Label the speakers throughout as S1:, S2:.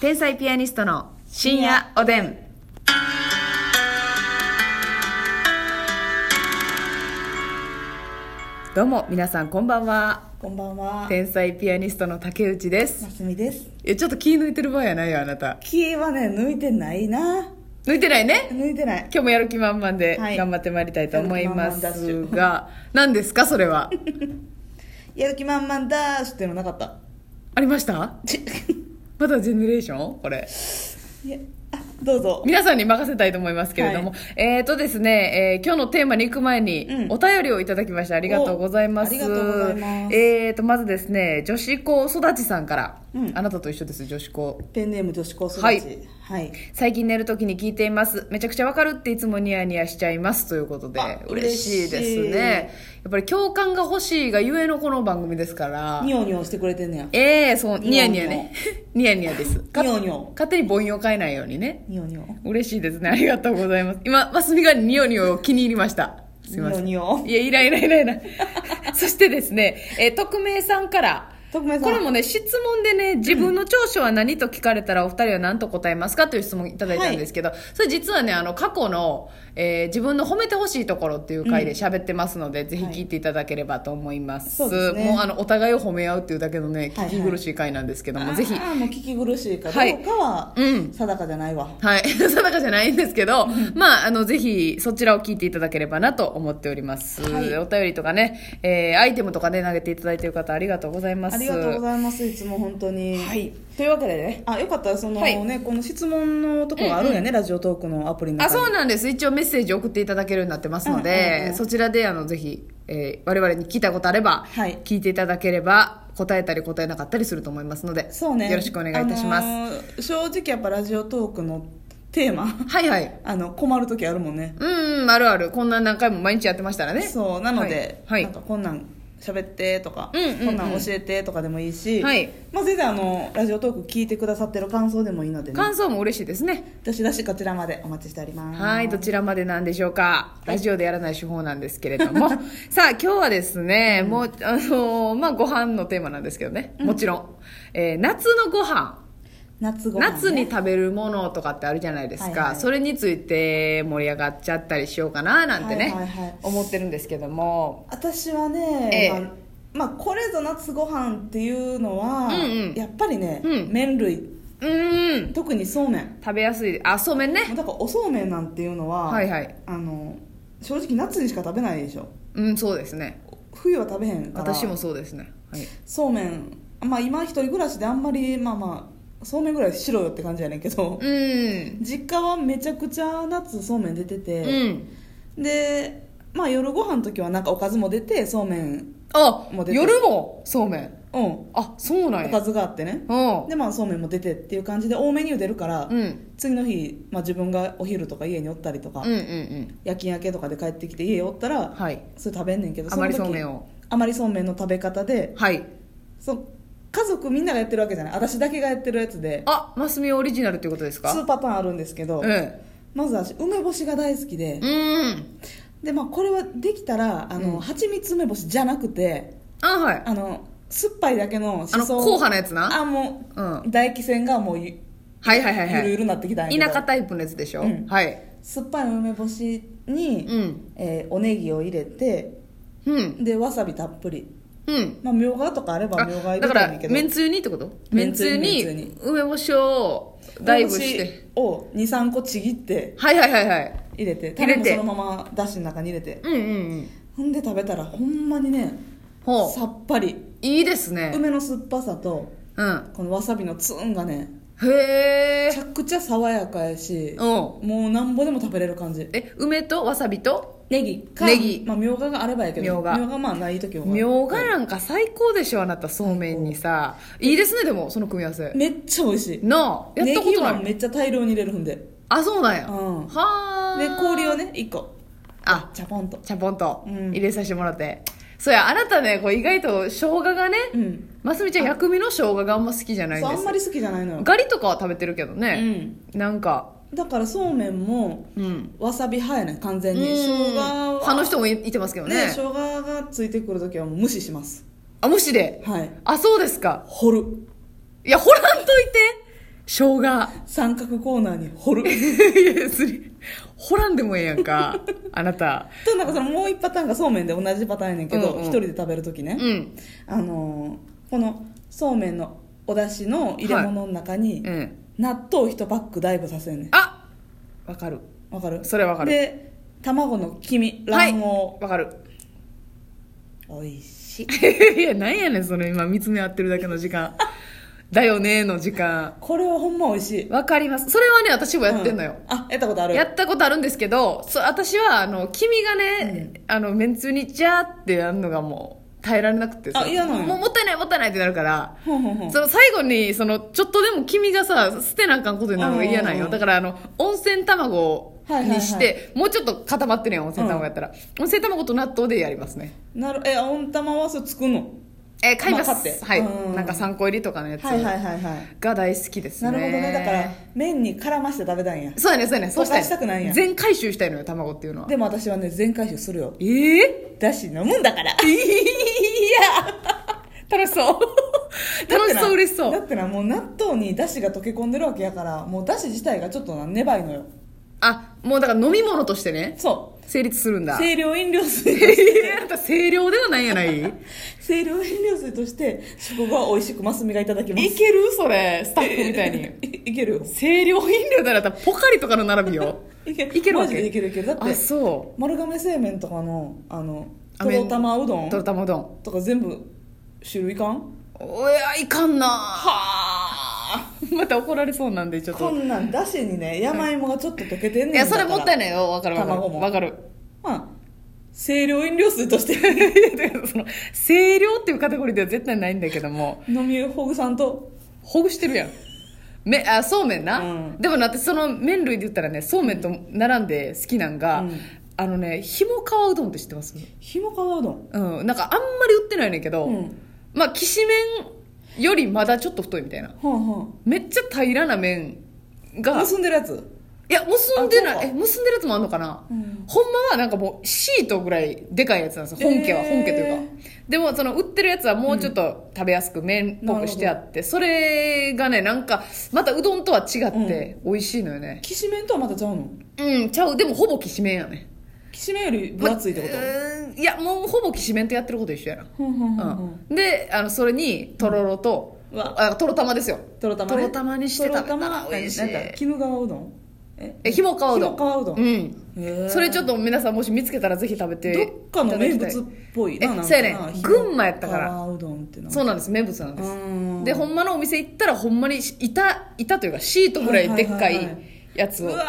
S1: 天才ピアニストの深夜おでん。どうも皆さんこんばんは。
S2: こんばんは。
S1: 天才ピアニストの竹内です。
S2: ますみです。
S1: えちょっと気抜いてる場合やないよあなた。
S2: 気はね、抜いてないな。
S1: 抜いてないね。
S2: 抜いてない。
S1: 今日もやる気満々で
S2: はい
S1: 頑張ってまいりたいと思いま
S2: やる気
S1: す
S2: 満々
S1: が、何ですかそれは
S2: やる気満々だーしっていうのなかった。
S1: ありました
S2: ち
S1: まだジェネレーションこれ
S2: いや、あどうぞ。
S1: 皆さんに任せたいと思いますけれども、
S2: は
S1: えーとですね、えー今日のテーマに行く前に
S2: うん
S1: お便りをいただきましてありがとうございます
S2: おありがとうございます
S1: えーとまずですね女子校育ちさんから、
S2: うん
S1: あなたと一緒です女子校
S2: ペンネーム女子高生
S1: はい
S2: はい。
S1: 最近寝るときに聞いていますめちゃくちゃわかるっていつもニヤニヤしちゃいますということで
S2: あ
S1: 嬉しいですねやっぱり共感が欲しいがゆえのこの番組ですから
S2: ニョニョしてくれてんねや。
S1: ええそう、ニ
S2: ニ
S1: ヤ
S2: ヤ
S1: ニ
S2: ニ
S1: ヤ
S2: ヤ
S1: ね。ニ ヤニヤです。か
S2: ニョニョ
S1: 勝手に凡庸変えないようにね。
S2: ニョニョ。
S1: 嬉しいですね。ありがとうございます。今、ますみがニヨニヨを気に入りました。すみません。
S2: ニヨニ
S1: いや、イライライライラ。 そしてですね、えー匿名さんから、
S2: 徳明さん。
S1: これもね、質問でね、自分の長所は何と聞かれたらお二人は何と答えますかという質問いただいたんですけど、それ実はね、あの、過去の、えー自分の褒めてほしいところっていう回で喋ってますので、ぜひ聞いていただければと思います。
S2: はいそうですね
S1: もうあの、お互いを褒め合うっていうだけのね、
S2: はいは
S1: 聞
S2: い
S1: き苦しい回なんですけども、
S2: あー
S1: ぜひ、
S2: もう聞き苦しいかどうかは、
S1: はいうん
S2: 定かじゃないわ。
S1: はい、 定かじゃないんですけど、まあ、あの、ぜひ、そちらを聞いていただければなと思っております。
S2: はい
S1: お便りとかね、えーアイテムとかね、投げていただいている方、ありがとうございます。
S2: ありがとうございます。いつも本当に。
S1: はい。というわけでね、
S2: あ、よかったら、その、
S1: はい
S2: ね、この質問のとこがあるんやね、ラジオトークのアプリの
S1: あ
S2: 中に。
S1: そうなんです一応メッセージ送っていただけるようになってますので、
S2: うんうんうん
S1: そちらであのぜひ、えー我々に聞いたことあれば、
S2: はい
S1: 聞いていただければ答えたり答えなかったりすると思いますので
S2: そうね。
S1: よろしくお願いいたします、
S2: あのー正直やっぱラジオトークのテーマ、
S1: はいはい
S2: あの、困る時あるもんね。
S1: うんうんあるあるこんな何回も毎日やってましたらね
S2: そう、なので、
S1: はい、は
S2: なん
S1: い
S2: かこんなん喋ってとか、
S1: うんうんうん
S2: こんなん教えてとかでもいいし、
S1: はい
S2: まあ全然あの、ラジオトーク聞いてくださってる感想でもいいのでね、
S1: 感想も嬉しいですね
S2: どしどしこちらまでお待ちしております。
S1: はい、どちらまでなんでしょうか。ラジオでやらない手法なんですけれど も。さあ、今日はですね、もう、あのーまあ、ご飯のテーマなんですけどね。もちろん。えー夏のご飯。
S2: 夏ご飯、ね。
S1: 夏に食べるものとかってあるじゃないですか、
S2: はいはい
S1: それについて盛り上がっちゃったりしようかななんてね、
S2: はいはいはい
S1: 思ってるんですけども
S2: 私はね、
S1: ええ
S2: まあまあこれぞ夏ご飯っていうのは、
S1: うんうん
S2: やっぱりね、
S1: うん
S2: 麺類
S1: うーん
S2: 特にそうめんも
S1: 食べやすいあそうめんね
S2: うだからおそうめんなんていうのは、
S1: はいはい
S2: あの正直夏にしか食べないでしょ
S1: うんそうですね
S2: 冬は食べへんから
S1: 私もそうですね、はい、
S2: そうめんまあ今一人暮らしであんまりまあまあそうめんぐらいしろよって感じやねんけど
S1: う、ーん
S2: 実家はめちゃくちゃ夏そうめん出て
S1: う
S2: て、
S1: ん
S2: でまあ夜ご飯の時はなんかおかずも出てそうめん
S1: あ
S2: もう出てる
S1: 夜もそうめん
S2: うん
S1: あそうなん
S2: お
S1: や
S2: かずがあってね
S1: うん
S2: でまあそうめんも出てっていう感じで多めに茹でるから、
S1: うんうん
S2: 次の日、まあ、自分がお昼とか家におったりとか、
S1: うんうん
S2: 夜勤明けとかで帰ってきて家おったら、
S1: はい
S2: それ食べんねんけど
S1: あまりそうめ
S2: を
S1: んを
S2: あまりそうめんの食べ方で
S1: はい
S2: そう家族みんながやってるわけじゃない私だけがやってるやつで
S1: あマスミオリジナルっていうことです
S2: 2
S1: か
S2: パターンあるんですけど、
S1: うん
S2: まず私梅干しが大好きで、
S1: うん
S2: でまあ、これはできたらあの、
S1: うん
S2: 蜂蜜梅干しじゃなくて
S1: あはい
S2: あの酸っぱいだけのし
S1: あの
S2: そ
S1: 硬派のやつな
S2: あも
S1: う
S2: うん唾液腺がもうゆ
S1: はいはいはいはい
S2: ゆるゆるなってきたんやけ
S1: 田
S2: ど
S1: 舎タイプのやつでしょ、
S2: うん
S1: はい
S2: 酸っぱい梅干しに、
S1: うん
S2: えーおネギを入れて
S1: うん
S2: でわさびたっぷり
S1: うん
S2: まあみょうがとかあればみょうが
S1: あ
S2: 入
S1: だ
S2: れ
S1: か
S2: てもい
S1: ら
S2: いけど
S1: めんつゆにってことめ
S2: め
S1: ん
S2: ん
S1: つ
S2: つゆ
S1: ゆ
S2: に
S1: に梅干しをダイブして
S2: 梅干しを23個ちぎって
S1: はいはいはいはい
S2: 入れて
S1: 入れて
S2: タレもそのままだしの中に入れて
S1: うんうんうん
S2: ほんで食べたらほんまにね
S1: ほう
S2: さっぱり
S1: いいですね
S2: 梅の酸っぱさと
S1: うん
S2: このわさびのツンがね
S1: へ
S2: めち
S1: え
S2: ゃくちゃ爽やかやし
S1: うん
S2: もうなんぼでも食べれる感じ
S1: え梅とわさびと
S2: ネギか
S1: ネギ
S2: まあみょうががあればやけど
S1: みょうが
S2: まあない時は
S1: みょうがなんか最高でしょあなたそうめんにさいいですねでもその組み合わせ
S2: めっちゃ美味しい
S1: なあやっ
S2: ネ
S1: たこ
S2: ギ
S1: と
S2: は
S1: ない
S2: めっちゃ大量に入れるんで
S1: あそうなんや
S2: うん
S1: はあ
S2: で氷をね1個
S1: あ
S2: チャポンと
S1: ちゃぽんと
S2: うん
S1: 入れさせてもらって、そうやあなたねこう意外と生姜がね、
S2: うん
S1: ますみちゃん薬味の生姜があんま好きじゃないん
S2: そう
S1: で
S2: あん
S1: す
S2: まり好きじゃないのよ、
S1: ガリとかは食べてるけど
S2: う
S1: ね、
S2: ん、
S1: なんか
S2: だからそうめんも
S1: うん
S2: わさび派やね完全に生姜は
S1: 派の人もいいてますけど
S2: ね
S1: ね
S2: 生姜がついてくる時はもう無視します
S1: あ無視で
S2: はい
S1: あそうですか
S2: 掘る
S1: いや掘らんといて生生姜
S2: 三角コーナーに掘る
S1: いやそれ掘らんでもええやんかあなた
S2: となんかそのもう一パターンがそうめんで同じパターンやねんけど
S1: うんうん
S2: 一、人で食べる時ね、
S1: うん
S2: あのーこのそうめんのお出汁の入れ物の中に、
S1: うん
S2: 納豆一パックダイブさせんねん
S1: あわかる
S2: わかる
S1: それわかる
S2: で卵の黄身
S1: はい
S2: 卵
S1: わかる
S2: 黄、おいしい
S1: いやなんやねんその今見つめ合ってるだけの時間だよねーの時間
S2: これはほんまおいしい
S1: わかりますそれはね私もやってんのよ、
S2: うんあやったことある
S1: やったことあるんですけどそう私はあの黄身がね、あのめんつゆにジャーってやるのがもう耐えられなくてさ
S2: あ嫌なの
S1: もうもったいないもったいないってなるから、
S2: ほんほんほん
S1: その最後にそのちょっとでも黄身がさ捨てなあかんことになるのが嫌なん
S2: うんうん
S1: よ
S2: うん
S1: だからあの温泉卵
S2: はいはいはい
S1: にして、もうちょっと固まってるやん温泉卵やったら、温泉卵と納豆でやりますね
S2: なるえ温玉はそれ作んの
S1: えー買います、
S2: まあ買って
S1: はい、
S2: うん
S1: なんか3個入りとかのやつ
S2: はいはいはいはい
S1: が大好きですね
S2: なるほどねだから麺に絡まして食べたんや
S1: そうやねそうやねそう
S2: 溶かしたくないんや
S1: 全回収したいのよ卵っていうのは
S2: でも私はね全回収するよ
S1: ええ
S2: だし飲むんだから
S1: いや楽しそう 楽しそう嬉しそ
S2: だ
S1: う
S2: ってなもう納豆にだしが溶け込んでるわけやからもうだし自体がちょっとな粘いのよ
S1: あもうだから飲み物としてね
S2: そ
S1: 成立するん
S2: う
S1: だ
S2: 清涼飲料水 として
S1: えあなた清涼ではないんやない
S2: 清涼飲料水としてそこが美味しくマスミがいただきます
S1: いけるそれスタッフみたいに
S2: いいけるよ
S1: 清涼飲料だったらポカリとかの並びよ
S2: いける
S1: いけるわ
S2: マジ
S1: け
S2: でいけるいけるだって
S1: あそ
S2: 丸亀製麺とかのあの
S1: あ
S2: とろたまうど
S1: うんとろたまうどん
S2: とか全部種類感
S1: おやいかんな
S2: はあ
S1: また怒られそうなんでちょっ
S2: ことんなんだしにね山芋がちょっと溶けてんねん
S1: いやそれもったい
S2: ない
S1: ないよわかるわか
S2: 卵
S1: る
S2: も
S1: わかる
S2: まあ清涼飲料水として
S1: いやだからその清涼っていうカテゴリーでは絶対ないんだけども
S2: 飲みほぐさんと
S1: ほぐしてるやんめあそうめんな、
S2: うん
S1: でもなってその麺類で言ったらねそうめんと並んで好きなんが、
S2: うん
S1: あのねひもかわうどんって知ってます
S2: ひもかわうどん
S1: うんなんかあんまり売ってないねんけど、
S2: うん
S1: まあきしめんよりまだちょっと太いみたいな
S2: はんはん
S1: めっちゃ平らな麺が
S2: 結んでるやつ
S1: いや結んでな
S2: あ
S1: い
S2: そう
S1: え結んでるやつもあんのかな、
S2: うん
S1: ほんまはなんかもうシートぐらいでかいやつなんですよ本家は、
S2: えー
S1: 本家というかでもその売ってるやつはもうちょっと食べやすく麺っぽくしてあって、それがねなんかまたうどんとは違って美味しいのよね
S2: きしめんとはまたちゃうの
S1: うん、ちゃうでもほぼきしめんやね
S2: きしめんより分厚いってこと、
S1: まうーんいやもうほぼきしめんとやってること一緒やな
S2: ふんふんふんふん
S1: うん、であのそれにとろろと、
S2: うんうわ
S1: あとろたまですよ
S2: とろたまね
S1: とろたまにして食べた
S2: とろ
S1: ら
S2: たま
S1: 美味しい
S2: なんか絹川うどん
S1: えひもかわうどん
S2: ひもかわうどん
S1: うん
S2: へえ
S1: それちょっと皆さんもし見つけたらぜひ食べて
S2: どっかの名
S1: いただき
S2: 物った
S1: い
S2: ぽい
S1: え
S2: ななんかな
S1: そうやねん
S2: ひも
S1: 群馬やったから
S2: 川うどんってな
S1: そうなんです名物なんです
S2: うん
S1: でほんまのお店行ったらほんまにいたいたというかシートぐらいでっか
S2: はいはいはいいはい
S1: やつ
S2: う
S1: を
S2: わ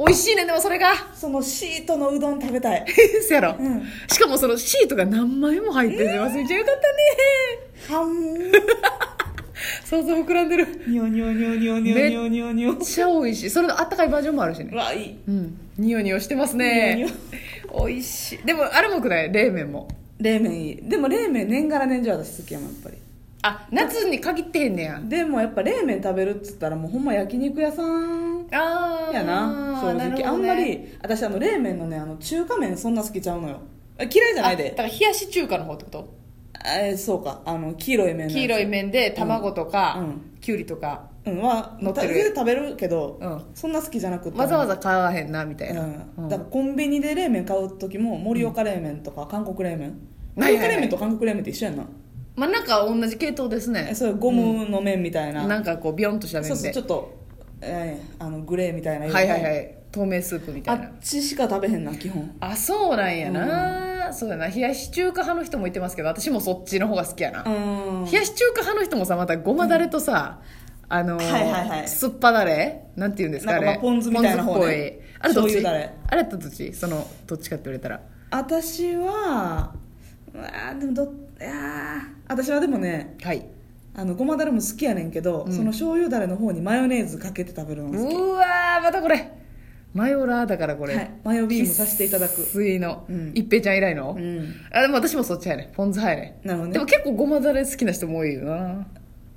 S1: 美味しいねんでもそれが
S2: ーそのシートのうどん食べた い
S1: せやろ、
S2: うん
S1: しかもそのシートが何枚も入っててますみちゃんよかったね
S2: はん
S1: 想像膨らんでるめっ
S2: にょにょにょにょにょにょにょにょ
S1: ちゃ美味しいそれのあったかいバージョンもあるし
S2: う
S1: ね
S2: わいい
S1: うんニオニオしてますね
S2: ニオニ
S1: 美味しいでもあれもくない冷麺も
S2: 冷麺いいでも冷麺年がら年中私好きやもんやっぱり
S1: あ夏に限ってへんねや
S2: でもやっぱ冷麺食べるっつったらもうほんま焼肉屋さん
S1: ああ
S2: やな正直、あんまり私あの冷麺のねあの中華麺そんな好きちゃうのよあ嫌いじゃない
S1: あだ
S2: で
S1: から冷やし中華の方ってこと
S2: えーそうかあの黄色い麺のやつ
S1: 黄色い麺で卵とか、
S2: うんう
S1: きゅうりとか
S2: うんは
S1: 乗ってる
S2: 全然食べるけど、
S1: うん
S2: そんな好きじゃなくて
S1: わざわざ買わへんなみたいな、
S2: うん、
S1: うん
S2: だからコンビニで冷麺買う時も盛岡冷麺とか韓国冷麺
S1: はいはいはい
S2: 盛岡冷麺と韓国冷麺って一緒やんな、
S1: まあなんか同じ系統ですね
S2: えそういうゴムの麺みたいな,、
S1: なんかこうビヨンとした麺で
S2: そうそうちょっと、えーあのグレーみたいな色の
S1: はいはいはい透明スープみた
S2: あ
S1: いな
S2: っちしか食べへんな基本
S1: あそうなんやな、そうだな冷やし中華派の人もいてますけど私もそっちの方が好きやな、
S2: うん
S1: 冷やし中華派の人もさまたごまだれとさ、あのー
S2: はいはいはい
S1: 酸っぱだれなんて言うんですかあ
S2: なんかまあ
S1: れ
S2: ポン酢みたいな方ね
S1: ポン酢っぽいあれどっち
S2: 醤油だれ
S1: あれってどっちそのどっちかって言われたら
S2: 私はうわーでもどいやー私はでもね
S1: はい
S2: あのごまだれも好きやねんけど、
S1: うん
S2: その醤油だれの方にマヨネーズかけて食べるの
S1: う
S2: が好き
S1: わーまたこれマヨラーだからこれ、
S2: はいマヨビームさせていただく
S1: スイの
S2: うん
S1: 一平ちゃん以来の、
S2: うん
S1: あでも私もそっちやねポン酢派やね
S2: なるほどね
S1: でも結構ごまだれ好きな人も多いよな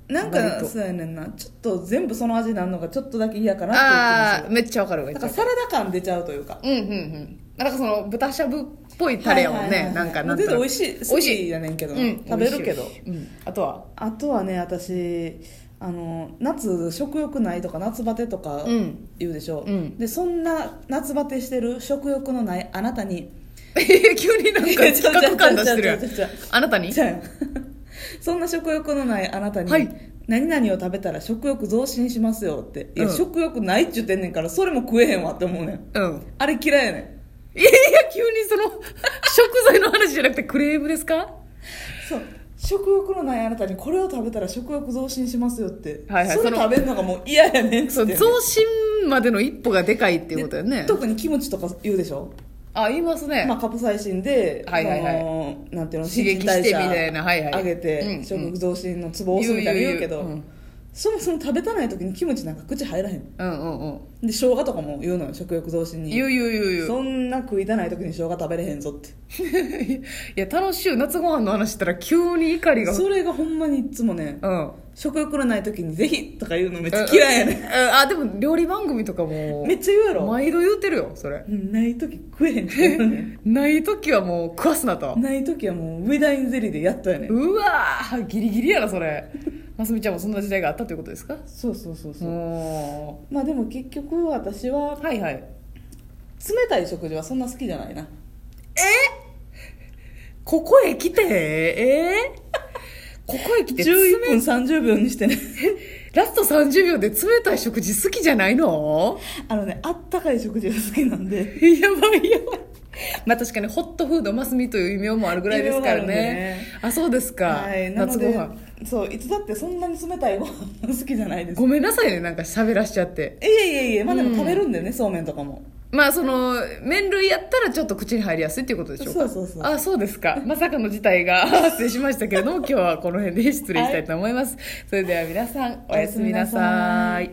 S2: なん
S1: 割
S2: か
S1: と
S2: そうやねんなちょっと全部その味になるのがちょっとだけ嫌かなっ
S1: あ
S2: て
S1: あ
S2: いう気が
S1: めっちゃわかるわ
S2: する
S1: めっ
S2: だ
S1: ちゃわ
S2: から
S1: か
S2: サラダ感出ちゃうというか
S1: るうんうんうんなんかその豚しゃぶっぽいタレやもんね、
S2: はいはいはい
S1: なんか
S2: ま
S1: な
S2: あ
S1: んと
S2: 全
S1: な
S2: 然
S1: く
S2: 美味しい好きやねんけどな、
S1: うん
S2: 食べるけど
S1: 美味しいうんあとは
S2: あとはね私あの夏食欲ないとか夏バテとか
S1: うん
S2: 言うでしょう、
S1: うん
S2: でそんな夏バテしてる食欲のないあなたに
S1: え急になんか企画感出してるやん
S2: ちゃうちゃうちゃうちゃう
S1: あなたに
S2: じゃあ そんな食欲のないあなたに、
S1: はい
S2: 何々を食べたら食欲増進しますよっていや、
S1: うん
S2: 食欲ないって言ってんねんからそれも食えへんわって思うねん
S1: うん
S2: あれ嫌いやねん
S1: いやいや急にそ の食材の話じゃなくてクレームですか
S2: そう食欲のないあなたにこれを食べたら食欲増進しますよって、
S1: はいはい
S2: そ
S1: そ
S2: れ
S1: の
S2: 食べるのがもう嫌やねんっつ
S1: そ
S2: っ
S1: う
S2: て
S1: 増進までの一歩がでかいっていうことよね
S2: で特にキムチとか言うでしょ、
S1: あ言いますね、
S2: まあ、カプサイシンで、
S1: はいはいはい
S2: あのーなんていうの
S1: 刺激してみたいなはいはい
S2: 上げて、
S1: うんうん
S2: 食欲増進のツボを押すみたいな言うけど
S1: 言う言う言う
S2: そもそも食べたない時にキムチなんか口入らへん
S1: うんうんうん
S2: で生姜とかも言うのよ食欲増進に
S1: 言う言う言う言う
S2: そんな食いたない時に生姜食べれへんぞって
S1: いや楽しいよ夏ご飯の話したら急に怒りが
S2: それがほんまにいつもね
S1: うん
S2: 食欲のない時にぜひとか言うのめっちゃ嫌いやねん
S1: うんうんあでも料理番組とかも
S2: めっちゃ言うやろ
S1: 毎度言うてるよそれ
S2: うんない時食えへんって言うの ね
S1: ない時はもう食わすなと
S2: ない時はもうウェダインゼリーでやっとやねん
S1: うわーギリギリやなそれますみちゃんもそんな時代があったということですか
S2: そうそうそうそう、
S1: も
S2: まあでも結局私は
S1: うはいはい
S2: 冷たい食事はそんな好きじゃないな
S1: ここへ来てえーここへ来て
S2: 11分
S1: 冷
S2: 30秒にしてね
S1: ラスト30秒で冷たい食事好きじゃないの
S2: あのねあったかい食事が好きなんで
S1: やばいやばいまあ確かにホットフードますみという異名もあるぐらいですからね
S2: 異名があるね
S1: あそうですか、
S2: はいなの
S1: 夏ご
S2: で
S1: 飯
S2: そういつだってそんなに冷たいご飯好きじゃないです
S1: ごめんなさいねなんか喋らしちゃって
S2: いやいやいやまあでも食べるんだよね、そうめんとかも
S1: まあその麺類やったらちょっと口に入りやすいっていうことでしょうか
S2: そうそうそう
S1: あそうですかまさかの事態が 発生しましたけれども今日はこの辺で失礼したいと思います、それでは皆さんおやすみなさ
S2: おやすみなさ
S1: い